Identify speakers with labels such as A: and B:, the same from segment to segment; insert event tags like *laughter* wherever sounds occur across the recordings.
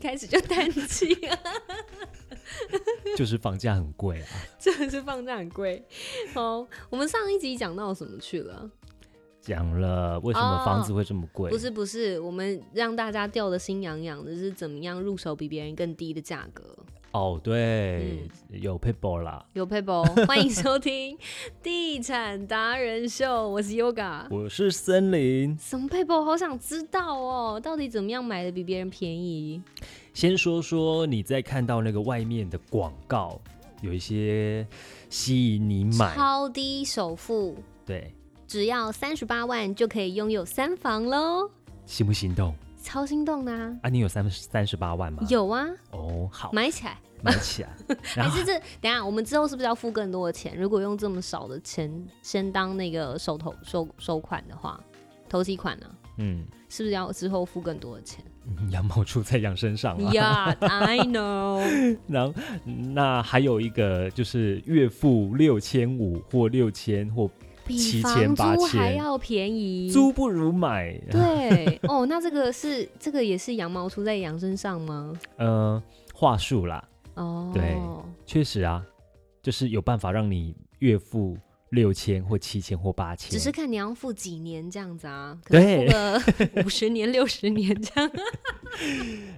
A: 开始就叹气啊， *laughs*
B: 就是房价很贵啊。
A: 真的是放假很贵。好，我们上一集讲到什么去了？
B: 讲了为什么房子会这么贵？
A: 哦不是不是，我们让大家吊的心痒痒的是怎么样入手比别人更低的价格。
B: 哦，对，有 paper 啦，
A: 有 paper，欢迎 *laughs* 收听《地产达人秀》，我是 Yoga。
B: 我是森林。
A: 什么 paper？好想知道哦，到底怎么样买的比别人便宜？
B: 先说说你在看到那个外面的广告，有一些吸引你买，
A: 超低首付，
B: 对，
A: 只要三十八万就可以拥有三房喽，
B: 心不心动
A: 超心动的啊！
B: 啊？你有三三十八万吗？
A: 有啊，
B: 哦，好，
A: 买起来。
B: 买起来。然
A: 还
B: 后
A: 是哎这等一下，我们之后是不是要付更多的钱？如果用这么少的钱先当那个首投收收款的话，投期款呢、
B: 嗯，
A: 是不是要之后付更多的钱
B: 嗯羊毛出在羊身上啊。
A: ？Yeah, I
B: *laughs*
A: know。
B: 然后那还有一个就是月付六千五或六千或
A: 比
B: 七
A: 房
B: 千八
A: 租还
B: 千
A: 要便宜。
B: 租不如买，
A: 对哦，那这个是这个也是羊毛出在羊身上吗？
B: 呃，话术啦，
A: 哦，
B: 对确实啊，就是有办法让你月付六千或七千或八千，
A: 只是看你要付几年这样子啊，可能
B: 对
A: 付个 *laughs* 五十年、六十年这样。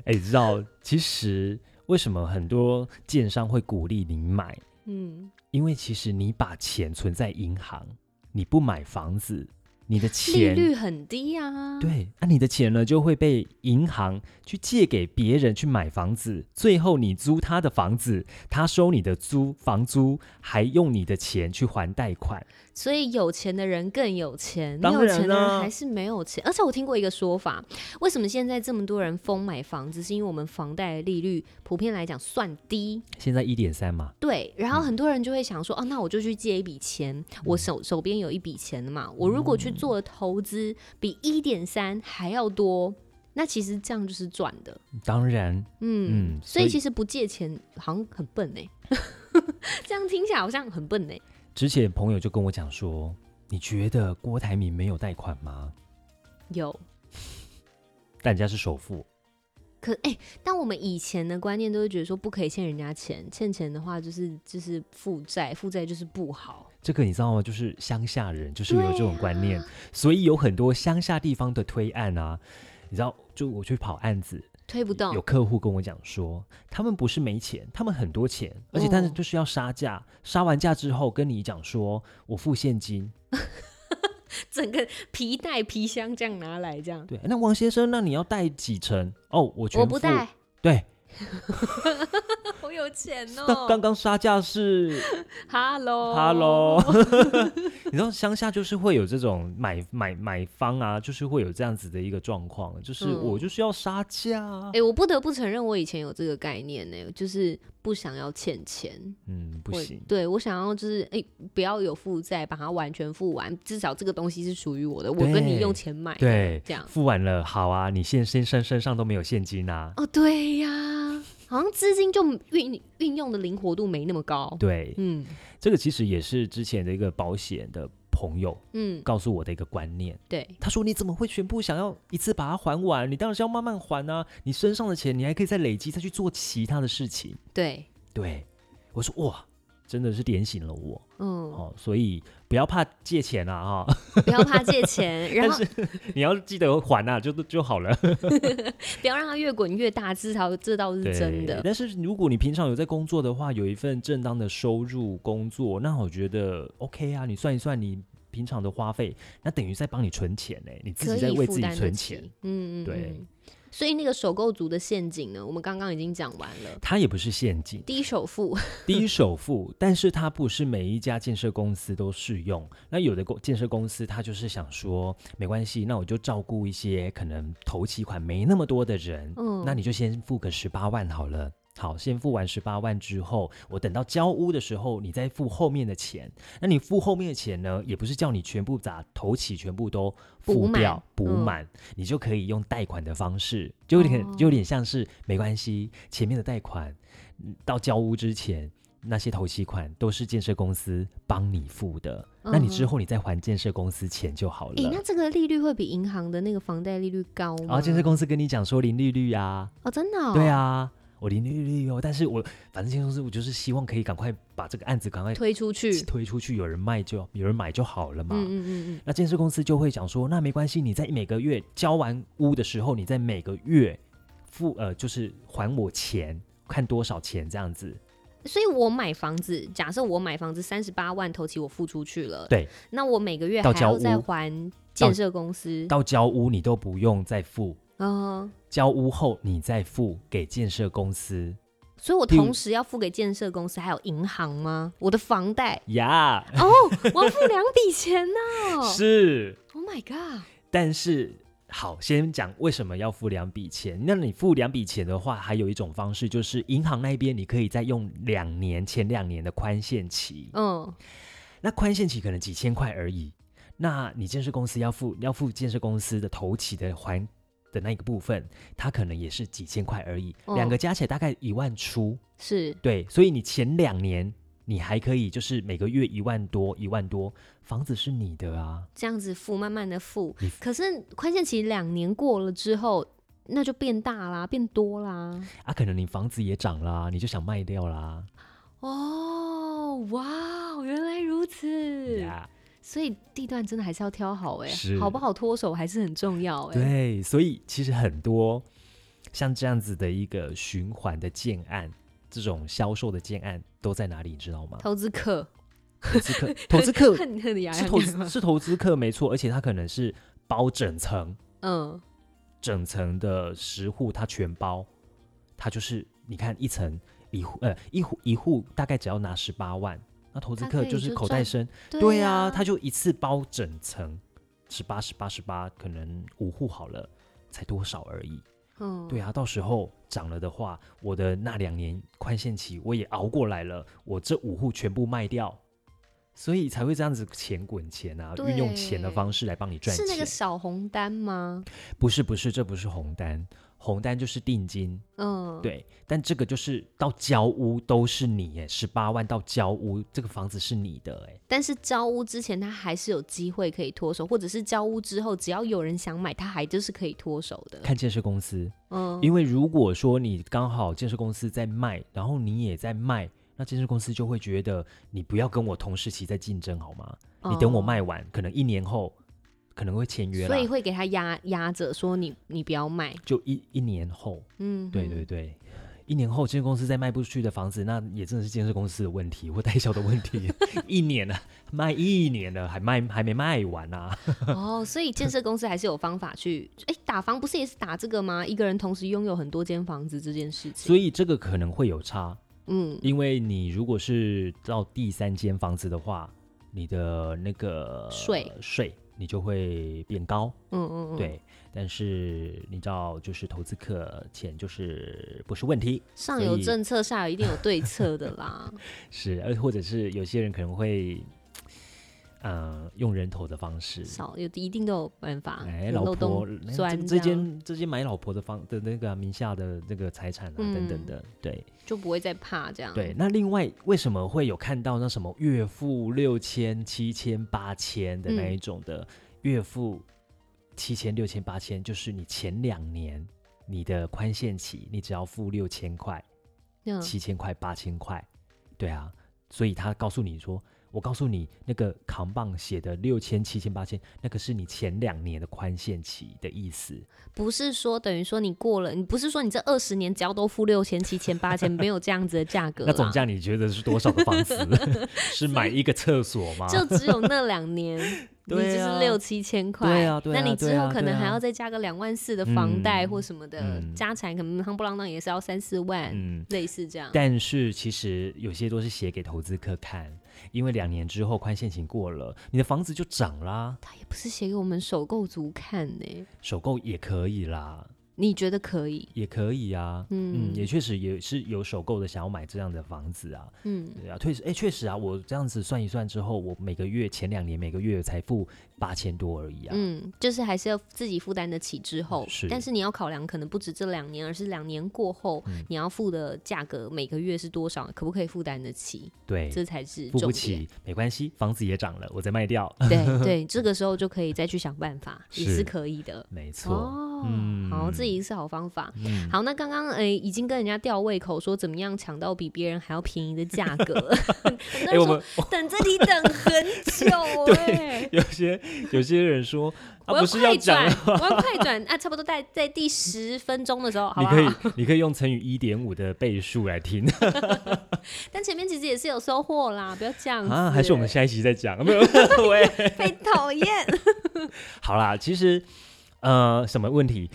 B: 哎，你知道其实为什么很多建商会鼓励你买？
A: 嗯，
B: 因为其实你把钱存在银行，你不买房子，你的
A: 利
B: 钱
A: 率很低啊。
B: 对，那、你的钱呢就会被银行去借给别人去买房子，最后你租他的房子，他收你的租房租，还用你的钱去还贷款。
A: 所以有钱的人更有钱，没
B: 当
A: 有
B: 然
A: 钱的人
B: 啦
A: 还是没有钱。而且我听过一个说法，为什么现在这么多人疯买房子，是因为我们房贷利率普遍来讲算低，
B: 现在一点三嘛，
A: 对。然后
B: 嗯
A: 很多人就会想说，哦，那我就去借一笔钱，我手手边有一笔钱的嘛，我如果去
B: 嗯
A: 做投资，比一点三还要多，那其实这样就是赚的，
B: 当然，
A: 嗯。
B: 嗯
A: 所以
B: 所以
A: 其实不借钱好像很笨呢、欸 *laughs* 这样听起来好像很笨呢、欸
B: 之前朋友就跟我讲说，你觉得郭台铭没有贷款吗？
A: 有。
B: 但人家是首富，
A: 可哎、但我们以前的观念都会觉得说不可以欠人家钱，欠钱的话就是就是负债，负债就是不好。
B: 这个你知道吗？就是乡下人就是有这种观念，
A: 对啊
B: 所以有很多乡下地方的推案啊，你知道，就我去跑案子，
A: 推不动
B: 嗯有，客户跟我讲说，他们不是没钱，他们很多钱，而且
A: 嗯
B: 但是就是要杀价，杀完价之后跟你讲说，我付现金。
A: 整个皮带皮箱这样拿来这样，
B: 对，那王先生，那你要贷几成？哦，我全
A: 我
B: 付。
A: 不 *laughs* 带，
B: 对，
A: 我有钱
B: 那
A: 哦、
B: 刚刚杀价是
A: *laughs* Hello
B: Hello，你知哦 *laughs* 道乡下就是会有这种买买买方啊，就是会有这样子的一个状况，就是
A: 嗯
B: 我就是要杀价啊
A: 哎、。我不得不承认，我以前有这个概念呢、就是不想要欠钱，
B: 嗯，不
A: 我
B: 行，
A: 对我想要就是哎、不要有负债，把它完全付完，至少这个东西是属于我的，我跟你
B: 对
A: 用钱买的，
B: 对，
A: 这样。
B: 付完了，好啊，你现先生身上都没有现金啊。
A: 哦，对呀，好像资金就运运用的灵活度没那么高。
B: 对，
A: 嗯
B: 这个其实也是之前的一个保险的朋友
A: 嗯，
B: 告诉我的一个观念。
A: 对，
B: 他说：“你怎么会全部想要一次把它还完？你当然是要慢慢还啊！你身上的钱，你还可以再累积，再去做其他的事情。
A: 对，
B: 对”我说：“哇，真的是点醒了我
A: 嗯，
B: 哦！所以不要怕借钱啊！哈、 *laughs*
A: 不要怕借钱，然后
B: 你要记得还啊，就就好
A: 嗯
B: 了。
A: 不要让它越滚越大，至少这倒是
B: 对
A: 真的。
B: 但是如果你平常有在工作的话，有一份正当的收入工作，那我觉得 OK 啊。你算一算你平常的花费，那等于在帮你存钱呢、你自
A: 可
B: 己在
A: 以
B: 为
A: 负
B: 自己
A: 担得
B: 存
A: 起
B: 钱。，
A: 嗯嗯，
B: 对
A: 嗯。所以那个首购族的陷阱呢，我们刚刚已经讲完了，
B: 它也不是陷阱，
A: 低首付，
B: 低首付，但是它不是每一家建设公司都适用。那有的公建设公司，它就是想说，没关系，那我就照顾一些可能头期款没那么多的人，
A: 嗯，
B: 那你就先付个十八万好了。好，先付完十八万之后，我等到交屋的时候，你再付后面的钱。那你付后面的钱呢，也不是叫你全部把头期全部都
A: 补
B: 付
A: 满
B: 掉补
A: 嗯哦
B: 满，你就可以用贷款的方式，就有点、就有点像是没关系，前面的贷款嗯到交屋之前。那些头期款都是建设公司帮你付的，那你之后你再还建设公司钱就好了。
A: 嗯诶，那这个利率会比银行的那个房贷利率高
B: 然
A: 吗？
B: 后建设公司跟你讲说零利率啊，
A: 哦，真的、哦，
B: 对，啊，我零利率哦，但是我反正建设公司我就是希望可以赶快把这个案子赶快
A: 推出去，
B: 推出去，有人卖就有人买就好了嘛。
A: 嗯嗯嗯嗯，
B: 那建设公司就会讲说，那没关系，你在每个月交完屋的时候，你在每个月付呃，就是还我钱，看多少钱这样子。
A: 所以我买房子，假设我买房子三十八万头期我付出去了，
B: 对，
A: 那我每个月
B: 到
A: 还
B: 交
A: 要
B: 屋
A: 再还建设公司，
B: 到交屋你都不用再付，
A: 嗯，
B: 交屋后你再付给建设公司
A: 所以我
B: 第五
A: 同时要付给建设公司还有银行吗？我的房贷
B: 呀
A: 哦，我要付两笔钱呢、
B: *laughs* 是，
A: Oh my god！
B: 但是。好，先讲为什么要付两笔钱。那你付两笔钱的话，还有一种方式就是银行那边你可以再用两年前两年的宽限期。
A: 嗯，
B: 那宽限期可能几千块而已。那你建设公司要付要付建设公司的头期的还的那个部分，它可能也是几千块而已，
A: 哦
B: 两个加起来大概一万出。
A: 是
B: 对，所以你前两年你还可以就是每个月一万多一万多，房子是你的啊。
A: 这样子付，慢慢的付
B: 你。
A: 可是宽限期两年过了之后，那就变大啦，变多啦。
B: 啊，可能你房子也涨啦，你就想卖掉啦。
A: 哦，哇，原来如此。
B: 呀
A: 所以地段真的还是要挑好哎、
B: 是
A: 好不好脱手还是很重要哎、
B: 对，啊所以其实很多像这样子的一个循环的建案，这种销售的建案都在哪里，你知道吗？
A: 投资客，
B: 投资客，投
A: *laughs*
B: 资客
A: 恨恨的牙
B: 是
A: 痒
B: 投
A: 痒
B: 资
A: 吗？
B: 是投资客没错，而且他可能是包整层
A: 嗯，
B: 整层的十户，他全包，他就是你看一层一户呃一户一户大概只要拿十八万，那投资
A: 他
B: 客
A: 可以
B: 啊就是
A: 就
B: 口
A: 赚
B: 袋深，
A: 对
B: 啊，他
A: 就
B: 就一次包整层十八十八十八，可能五户好了才多少而已，
A: 嗯
B: 对
A: 啊，
B: 啊，到时候涨了的话，我的那两年宽限期我也熬过来了，我这五户全部卖掉，所以才会这样子钱滚钱啊，运用钱的
A: 对
B: 方式来帮你赚
A: 是
B: 钱。
A: 那个小红单吗？
B: 不是不是，这不是红单，红单就是定金，
A: 嗯，，
B: 对，但这个就是到交屋都是你耶，十八万到交屋，这个房子是你的哎，
A: 但是交屋之前他还是有机会可以脱手，或者是交屋之后，只要有人想买，他还就是可以脱手的。
B: 看建设公司，
A: 嗯，
B: 因为如果说你刚好建设公司在卖，然后你也在卖，那建设公司就会觉得你不要跟我同时期在竞争好吗？你等我
A: 哦
B: 卖完，可能一年后可能会签约
A: 所以
B: 啦，
A: 会给他压压着，说你你不要卖。
B: 就一一年后，
A: 嗯，
B: 对对对。一年后，建设公司再卖不出去的房子，那也真的是建设公司的问题或代销的
A: *laughs*
B: 问题。一年了，卖一年了，还卖还没卖完呢、啊。 *laughs*
A: 对。哦，所以建设公司还是有方法去，哎，打房不是也是打这个吗？一个人同时拥有很多间房子这件事情。
B: 所
A: 以，
B: 以这个可能会有差，
A: 嗯，
B: 因为你如果是到第三间房子的话，你的那个
A: 税
B: 税你就会变高。
A: 嗯嗯嗯，，
B: 对，但是你知道，就是投资客钱就是不是问题，
A: 上
B: 所
A: 有
B: 以
A: 政策，下有一定有对策的啦。
B: 是呃，或者是有些人可能会，呃，用人头的方式。
A: 少有一定都有办法，啊
B: 哎，
A: 有
B: 老
A: 漏
B: 婆
A: 洞，
B: 那
A: 钻这
B: 这这
A: 样
B: 间这间买老婆的房的那个啊、名下的这个财产啊、等等
A: 嗯
B: 的，对
A: 就不会再怕这样。
B: 对。那另外为什么会有看到那什么月付六千、七千、八千的那
A: 嗯
B: 一种的、月付七千、六千、八千，就是你前两年你的宽限期，你只要付六千块，
A: 嗯，
B: 七千块、八千块，对啊，所以他告诉你说，我告诉你那个扛棒写的六千、七千、八千，那个是你前两年的宽限期的意思，
A: 不是说等于说你过了，你不是说你这二十年只要都付六千、七千、八千，没有这样子的价格啦。
B: 那总价你觉得是多少
A: *laughs*
B: 的房子？是买一个厕所吗？
A: 就只有那两
B: *laughs*
A: 年，你就
B: 啊对啊
A: 是六七千块，
B: 对啊对啊
A: 那你之
B: 对
A: 后
B: 啊
A: 可
B: 对
A: 能
B: 啊
A: 还要再加个两万四的房贷
B: 嗯
A: 或什么的，
B: 嗯
A: 加起来可能夯不啷当也是要三四万，
B: 嗯。
A: 类似这样。
B: 但是其实有些都是写给投资客看，因为两年之后宽限期过了，你的房子就涨啦，
A: 他哎也不是写给我们首购族看呢、
B: 首购也可以啦，
A: 你觉得可以？
B: 也可以啊，嗯，
A: 嗯
B: 也确实也是有首购的想要买这样的房子啊，
A: 嗯，
B: 对啊，确实，哎，确实啊，我这样子算一算之后，我每个月前两年每个月才付八千多而已啊。
A: 嗯，就是还是要自己负担得起之后，
B: 是
A: 但是你要考量可能不止这两年，而是两年过后、
B: 嗯
A: 你要付的价格每个月是多少，可不可以负担得起，
B: 对，
A: 这才是
B: 付
A: 重
B: 不
A: 点。
B: 起没关系，房子也涨了，我再卖掉。 *laughs*
A: 对对，这个时候就可以再去想办法，也
B: 是
A: 是可以的。
B: 没错，
A: 哦，
B: 嗯
A: 好，这也是好方法。
B: 嗯，
A: 好，那刚刚诶已经跟人家吊胃口，说怎么样抢到比别人还要便宜的
B: *laughs*
A: 价格。 *laughs* 很多
B: 哎、
A: 人
B: 我
A: 说
B: 们
A: 等这题等很
B: *laughs*
A: 久哎、
B: 有些有些人
A: *laughs*
B: 说
A: 我
B: 啊，不是要
A: 快
B: 讲
A: 转，，我
B: *laughs*
A: 要快转啊！差不多在在第十分钟的时候，好
B: 你
A: 不好？
B: 可以你可以用乘以一点五的倍数来听
A: 但前面其实也是有收获啦，不要这样子欸
B: 啊，还是我们下一期再讲？没有， *laughs* 喂，
A: 被
B: *laughs*
A: 讨厌
B: 好啦，其实呃，什么问题？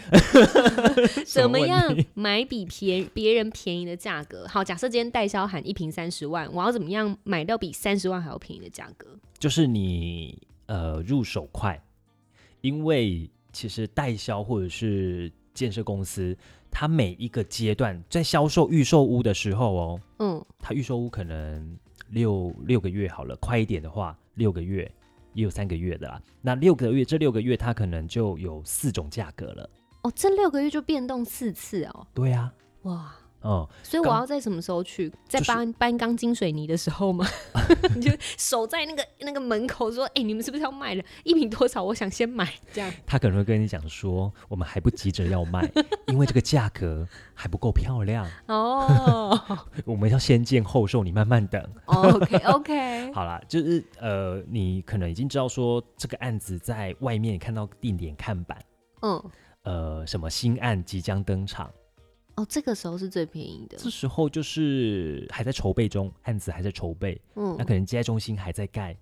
A: 怎么
B: 问
A: 样
B: 题？
A: 买比便别人便宜的价格？好，假设今天代销喊一瓶三十万，我要怎么样买到比三十万还要便宜的价格？
B: 就是你呃入手快，因为其实代销或者是建设公司，它每一个阶段在销售预售屋的时候哦，
A: 嗯，
B: 它预售屋可能六六个月好了，快一点的话六个月也有三个月的啦。那六个月这六个月它可能就有四种价格了。
A: 哦，这六个月就变动四次哦，
B: 对啊，
A: 哇！
B: 哦、
A: 所以我
B: 刚
A: 要在什么时候去？在
B: 就是
A: 搬搬钢筋水泥的时候吗？ *laughs* 你就守在那个那个门口说：“哎、你们是不是要卖了？一瓶多少？我想先买。”这样
B: 他可能会跟你讲说，我们还不急着要卖，因为这个价格还不够漂亮，
A: 哦
B: 我们要先见后售，你慢慢等。 *laughs*
A: ，OK OK，
B: 好啦，就是呃，你可能已经知道说这个案子在外面看到定点看板，
A: 嗯，
B: 呃，什么新案即将登场，
A: 哦，这个时候是最便宜的，
B: 这时候就是还在筹备中，案子还在筹备，
A: 嗯
B: 那，可能接待中心还在盖，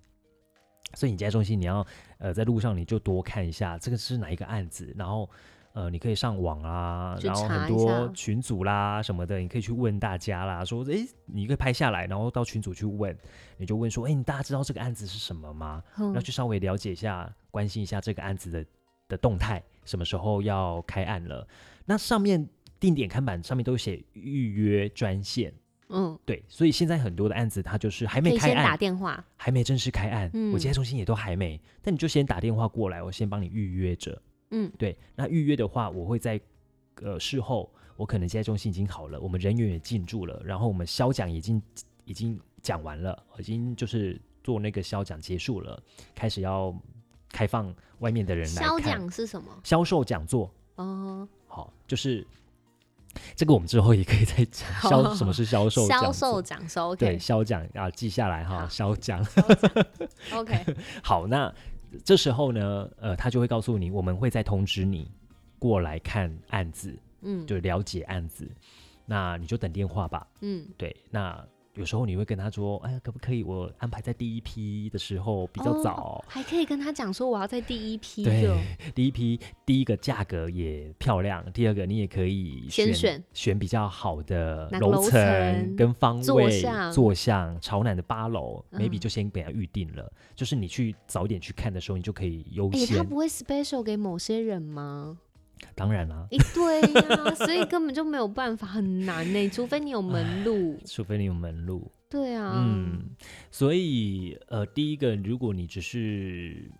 B: 所以你接待中心你要呃在路上你就多看一下这个是哪一个案子，然后呃你可以上网啦，
A: 去
B: 然后
A: 查
B: 很
A: 一
B: 多
A: 下
B: 群组啦什么的，你可以去问大家啦，说诶你可以拍下来，然后到群组去问，你就问说诶你大家知道这个案子是什么吗？
A: 嗯
B: 然后去稍微了解一下，关心一下这个案子的的动态，什么时候要开案了。那上面定点看板上面都写预约专线，
A: 嗯，
B: 对，所以现在很多的案子它就是还
A: 可
B: 没
A: 以
B: 开
A: 先打
B: 案，
A: 电话，
B: 还没正式开案，我
A: 嗯
B: 接待中心也都还没，但你就先打电话过来，我先帮你预约着。
A: 嗯，
B: 对，那预约的话，我会在呃事后，我可能接待中心已经好了，我们人员也进驻了，然后我们销奖已经已经讲完了，已经就是做那个销奖结束了，开始要开放外面的人来
A: 销
B: 看
A: 奖是什么？
B: 销售讲座，
A: 哦，
B: 好，就是这个我们之后也可以再
A: *laughs*
B: 讲销什么是销售讲
A: 销
B: 座
A: 售奖是
B: 对
A: OK
B: 销奖啊记下来哈
A: 好
B: 销奖 *laughs*
A: OK，
B: 好那这时候呢呃他就会告诉你我们会再通知你过来看案子
A: 嗯，
B: 就了解案子，那你就等电话吧。
A: 嗯，
B: 对，那有时候你会跟他说，哎呀，可不可以我安排在第一批的时候比较
A: 哦
B: 早，
A: 还可以跟他讲说我要在第一批哦
B: 对
A: 就
B: 第一批第一个价格也漂亮，第二个你也可以
A: 先
B: 选
A: 选
B: 比较好的
A: 哪个
B: 楼
A: 楼
B: 层
A: 层
B: 跟方
A: 坐
B: 位、
A: 向
B: 坐向、朝南的八楼、m a y b e
A: 嗯
B: 就先给他预定了，就是你去早一点去看的时候，你就可以优
A: 哎、
B: 先。
A: 他不会 special 给某些人吗？ *laughs*
B: 当然啦、
A: 一对呀、所以根本就没有办法，很难呢、除非你有门路。
B: 除非你有门路。
A: 对啊，
B: 嗯，所以呃，第一个，如果你只是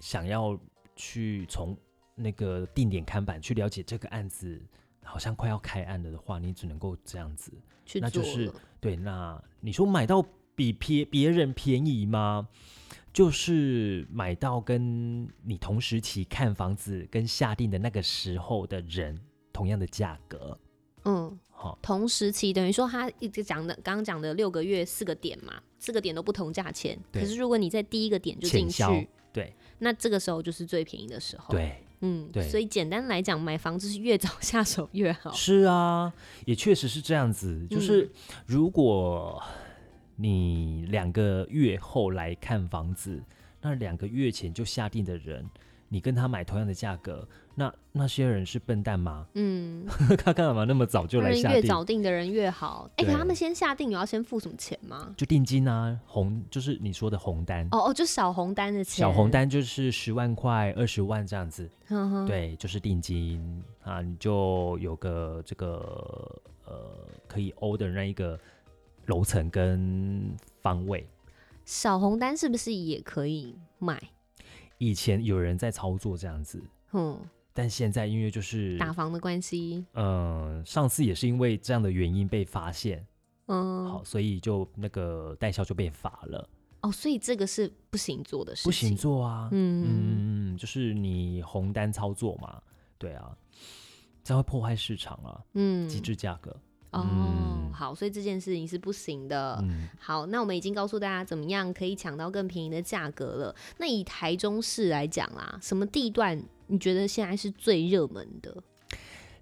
B: 想要去从那个定点看板去了解这个案子好像快要开案了的话，你只能够这样子。
A: 去
B: 那
A: 做
B: 就是
A: 了
B: 对，那你说买到比别别人便宜吗？就是买到跟你同时期看房子跟下定的那个时候的人同样的价格，
A: 嗯，
B: 好、
A: 同时期等于说他一直讲的，刚刚讲的六个月四个点嘛，四个点都不同价钱。可
B: 对
A: 是如果你在第一个点就
B: 浅
A: 进
B: 销
A: 去，，
B: 对
A: 那这个时候就是最便宜的时候。，
B: 对。
A: 嗯，
B: 对
A: 所以简单来讲，买房子是越早 *laughs* 下手越好。
B: 是啊，也确实是这样子。
A: 嗯
B: 就是如果你两个月后来看房子，那两个月前就下定的人，你跟他买同样的价格，那那些人是笨蛋吗？ *laughs*
A: 嗯，
B: 他干嘛那么早就
A: 当
B: 来
A: 然
B: 下
A: 越
B: 定？
A: 早定的人越好。哎、
B: 对
A: 可他们先下定，有要先付什么钱吗？
B: 就定金啊，红就是你说的红单，
A: 哦哦，就小红单的钱。
B: 小红，单就是十万块、二十万这样子。
A: 哼哼，
B: 对，就是定金啊，你就有个这个呃可以欧的那一个楼层跟方位，
A: 小红单是不是也可以买？
B: 以前有人在操作这样子，
A: 嗯，
B: 但现在因为就是
A: 打房的关系，
B: 嗯、上次也是因为这样的原因被发现，
A: 嗯，
B: 好，所以就那个代销就被罚了，
A: 哦，所以这个是不行做的事情，
B: 不行，做啊，
A: 嗯，
B: 嗯，就是你红单操作嘛，对啊，这样会破坏市场啊，
A: 嗯
B: 机制价格，
A: 哦
B: 嗯，
A: 好，所以这件事情是不行的，
B: 嗯，
A: 好，那我们已经告诉大家怎么样可以抢到更便宜的价格了。那以台中市来讲啦，什么地段你觉得现在是最热门的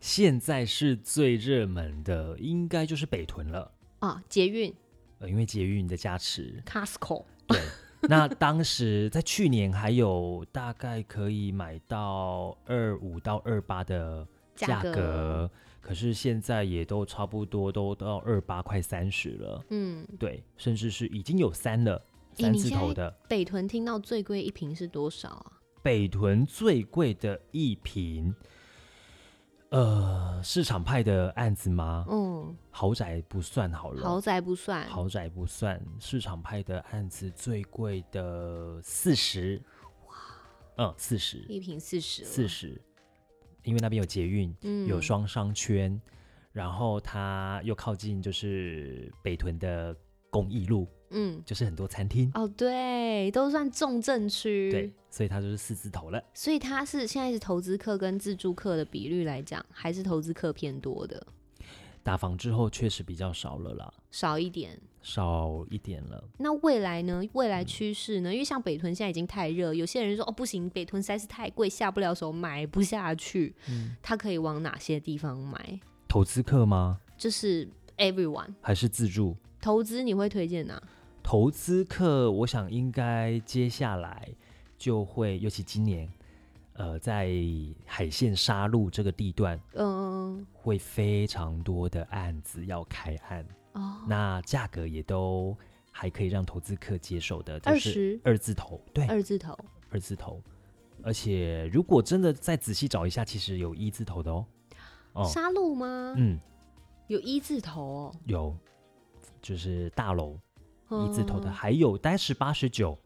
B: 现在是最热门的，应该就是北屯了，
A: 啊？捷运、
B: 呃，因为捷运的加持， *laughs*
A: Costco，
B: 对。那当时在去年还有大概可以买到二五到二八的价
A: 价格
B: 格，可是现在也都差不多都到二八快三十了，
A: 嗯，
B: 对，甚至是已经有三了，
A: 诶
B: 三
A: 你
B: 字
A: 现
B: 头
A: 在
B: 的。
A: 北屯听到最贵一瓶是多少啊？
B: 北屯最贵的一瓶，呃，市场派的案子吗？
A: 嗯，
B: 豪宅不算好了，
A: 豪宅不算，
B: 豪宅不算，市场派的案子最贵的四十，哇，嗯，四十，
A: 一瓶四十，
B: 四，十，因为那边有捷运，
A: 嗯
B: 有双商圈，然后它又靠近就是北屯的公益路，
A: 嗯，
B: 就是很多餐厅，
A: 哦，对，都算重症区，
B: 对，，所以它就是四字头了。
A: 所以它是现在是投资客跟自住客的比率来讲，还是投资客偏多的，
B: 打房之后确实比较少了啦。
A: 少一点。
B: 少一点了。
A: 那未来呢？未
B: 嗯
A: 来趋势呢？因为像北屯现在已经太热，有些人说哦不行，北屯实在是太贵，下不了手，买不下去。
B: 嗯，
A: 他可以往哪些地方买？
B: 投资客吗？
A: 就是 everyone
B: 还是自住？
A: 投资，你会推荐哪？
B: 投资客，我想应该接下来就会，尤其今年，呃，在海线沙路这个地段
A: 嗯、
B: 会非常多的案子要开案，
A: 哦，
B: 那价格也都还可以让投资客接受的，就
A: 二
B: 是
A: 十
B: 二字头，对，
A: 二字头
B: 二字头。而且如果真的再仔细找一下，其实有一字头的哦。哦，
A: 沙漏吗？
B: 嗯，
A: 有一字头
B: 有，就是大楼。
A: 哦，
B: 一字头的，
A: 嗯
B: 还有单十八十九，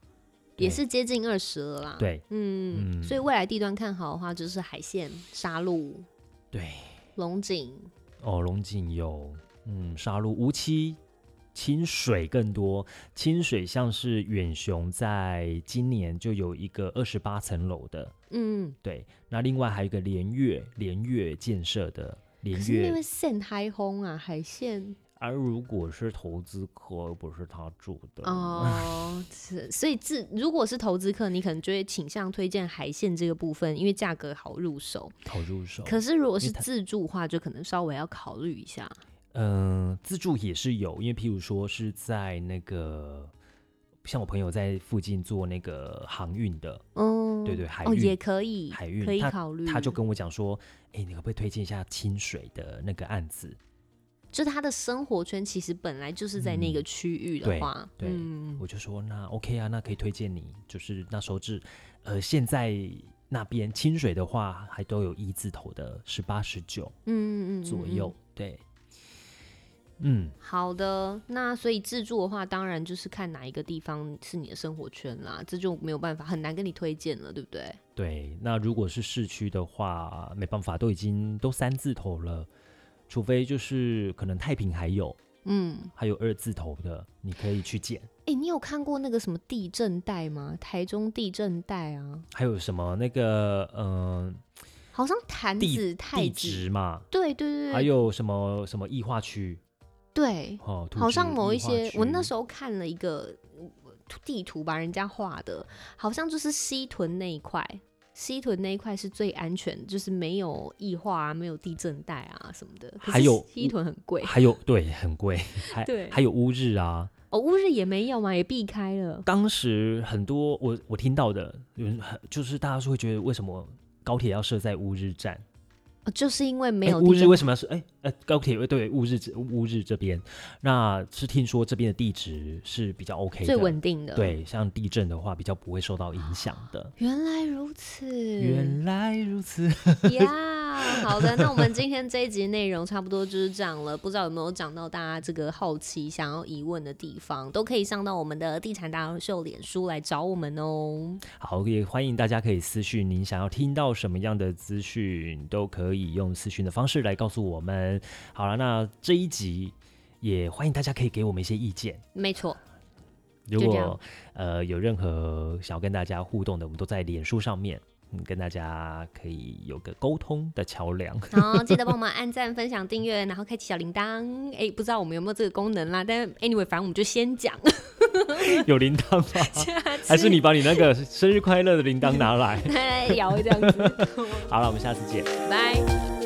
A: 也
B: 对
A: 是接近二十了啦。，
B: 对
A: 嗯，
B: 嗯
A: 所以未来地段看好的话，就是海线、沙鹿、
B: 对
A: 龙井，
B: 哦，龙井有嗯沙鹿无期。清水更多，清水像是远雄在今年就有一个二十八层楼的，
A: 嗯，
B: 对，那另外还有一个连月连月建设的
A: 可
B: 连
A: 是因
B: 月
A: 为，线太轰啊，海线。
B: 而如果是投资客，不是他住的，
A: 哦， *laughs* 是所以自如果是投资客，你可能就会倾向推荐海线这个部分，因为价格好入手。
B: 好入手。
A: 可是如果是
B: 哦因为它
A: 自住的话，就可能稍微要考虑一下。
B: 嗯、自助也是有，因为譬如说是在那个，像我朋友在附近做那个航运的，
A: 嗯，
B: 对对海
A: 哦
B: 运
A: 也可以，
B: 海运
A: 可以
B: 它
A: 考虑。
B: 他就跟我讲说，哎、你可不可以推荐一下清水的那个案子？
A: 就他的生活圈其实本来就是在那个区域的
B: 嗯对
A: 话，
B: 对
A: 嗯，
B: 我就说那 OK 啊，那可以推荐你，就是那时候是，呃，现在那边清水的话，还都有一字头的，十八十九
A: 嗯嗯嗯
B: 左。
A: 嗯
B: 右
A: 嗯，
B: 对，嗯，
A: 好的，那所以自助的话，当然就是看哪一个地方是你的生活圈啦，这就没有办法，很难跟你推荐了，对不对？
B: 对。那如果是市区的话，没办法，都已经都三字头了，除非就是可能太平还有，
A: 嗯，
B: 还有二字头的，你可以去捡。
A: 哎、你有看过那个什么地震带吗？台中地震带啊，
B: 还有什么那个嗯、
A: 好像坛
B: 地
A: 子、
B: 呃、
A: 太
B: 地
A: 子，
B: 址嘛，
A: 对对对，
B: 还有什么什么异化区
A: 对，
B: 哦，
A: 好像某一些，我那
B: 候
A: 时候看了一个呃地图吧，人家画的，好像就是西屯那一块，西屯那一块是最安全，就是没有异化啊，没有地震带啊什么的。可是
B: 还有
A: 西屯很贵
B: 还有对很贵，还
A: 对
B: 还有乌日啊，
A: 哦，乌日也没有嘛，也避开了。
B: 当时很多我我听到的有人就是大家是会觉得为什么高铁要设在乌日站？
A: 哦就是因为没
B: 哎
A: 有
B: 乌
A: 地
B: 日
A: 震
B: 为什么要设？哎呃高铁对乌日乌日这边，那是听说这边的地质是比较 OK 的，
A: 最稳定的。，哦
B: 对，像地震的话比较不会受到影响的。
A: 原来如此。 *laughs*
B: 原来如此，
A: 呀
B: *laughs*
A: 好的，那我们今天这一集内容差不多就是这样了，不知道有没有讲到大家这个好奇、想要疑问的地方，都可以上到我们的地产达人秀脸书来找我们哦。
B: 好，也欢迎大家可以私讯您想要听到什么样的资讯，都可以用私讯的方式来告诉我们。好了，那这一集也欢迎大家可以给我们一些意见。
A: 没
B: *laughs*
A: 错，
B: 如
A: 就这
B: 果
A: 样
B: 呃有任何想要跟大家互动的，我们都在脸书上面，嗯，跟大家可以有个沟通的桥梁。 *laughs*
A: 好，记得帮忙按赞、分享、订阅，然后开启小铃铛。哎、不知道我们有没有这个功能啦，但 anyway，反正我们就先讲。
B: 有铃
A: *laughs*
B: 铛吗？
A: 下次哎
B: 还是你把你那个生日快乐的铃铛拿来？ *laughs*
A: 来聊这样子，
B: 好了，我们下次见。
A: 拜。